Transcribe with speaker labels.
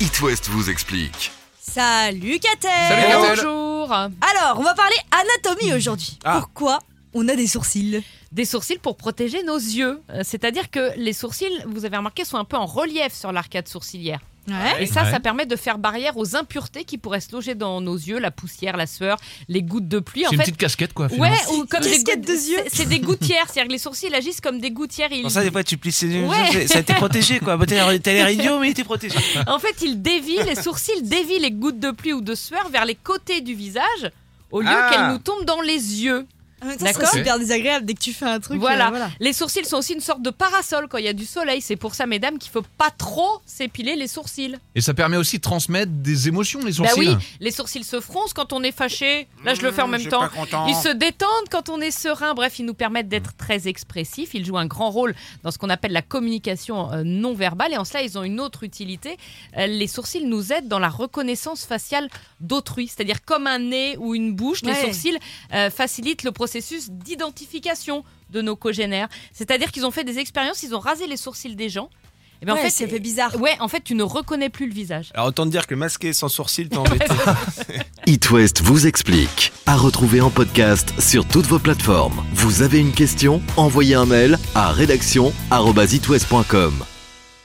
Speaker 1: It West vous explique.
Speaker 2: Salut Katel
Speaker 3: Salut, Katel.
Speaker 4: Bonjour
Speaker 2: Alors, on va parler anatomie aujourd'hui.
Speaker 3: Ah.
Speaker 2: Pourquoi on a des sourcils
Speaker 4: Des sourcils pour protéger nos yeux. Euh, C'est-à-dire que les sourcils, vous avez remarqué, sont un peu en relief sur l'arcade sourcilière.
Speaker 2: Ouais.
Speaker 4: Et ça,
Speaker 3: Ouais.
Speaker 4: ça permet de faire barrière aux impuretés qui pourraient se loger dans nos yeux, la poussière, la sueur, les gouttes de pluie.
Speaker 3: C'est
Speaker 4: En
Speaker 3: une
Speaker 4: fait,
Speaker 3: petite casquette, quoi.
Speaker 4: ouais,
Speaker 3: finalement.
Speaker 4: ou comme des
Speaker 2: Casquette
Speaker 4: gouttes-
Speaker 2: de yeux.
Speaker 4: c'est- C'est des gouttières, c'est-à-dire que les sourcils agissent comme des gouttières. et ils-
Speaker 5: Pour ça, des fois, tu plisses les yeux,
Speaker 4: Ouais.
Speaker 5: c'est- ça t'est protégé, quoi. Bah, T'as l'air- t'as l'air idiot, mais t'es protégé.
Speaker 4: En fait, ils dévient, les sourcils dévient les gouttes de pluie ou de sueur vers les côtés du visage au lieu
Speaker 5: Ah.
Speaker 4: qu'elles nous tombent dans les yeux.
Speaker 2: En même temps, c'est
Speaker 4: D'accord.
Speaker 2: super désagréable dès que tu fais un truc.
Speaker 4: Voilà.
Speaker 2: euh, voilà.
Speaker 4: Les sourcils sont aussi une sorte de parasol quand il y a du soleil. C'est pour ça, mesdames, qu'il faut pas trop s'épiler les sourcils.
Speaker 3: Et ça permet aussi de transmettre des émotions, les sourcils. hein.
Speaker 4: Bah oui, les sourcils se froncent quand on est fâché. Là, je le fais en même temps. Ils se détendent quand on est serein. Bref, ils nous permettent d'être très expressifs. Ils jouent un grand rôle dans ce qu'on appelle la communication euh, non verbale. Et en cela, ils ont une autre utilité. Euh, Les sourcils nous aident dans la reconnaissance faciale d'autrui. C'est-à-dire comme un nez ou une bouche, les
Speaker 2: Ouais.
Speaker 4: sourcils euh, facilitent le processus d'identification de nos cogénères. C'est-à-dire qu'ils ont fait des expériences, ils ont rasé les sourcils des gens. Et ben,
Speaker 2: Ouais,
Speaker 4: en fait,
Speaker 2: ça fait bizarre.
Speaker 4: ouais, en fait, tu ne reconnais plus le visage.
Speaker 5: Alors, autant te dire que masqué sans sourcils, t'es embêté.
Speaker 1: It West vous explique. À retrouver en podcast sur toutes vos plateformes. Vous avez une question Envoyez un mail à rédaction@itwest.com.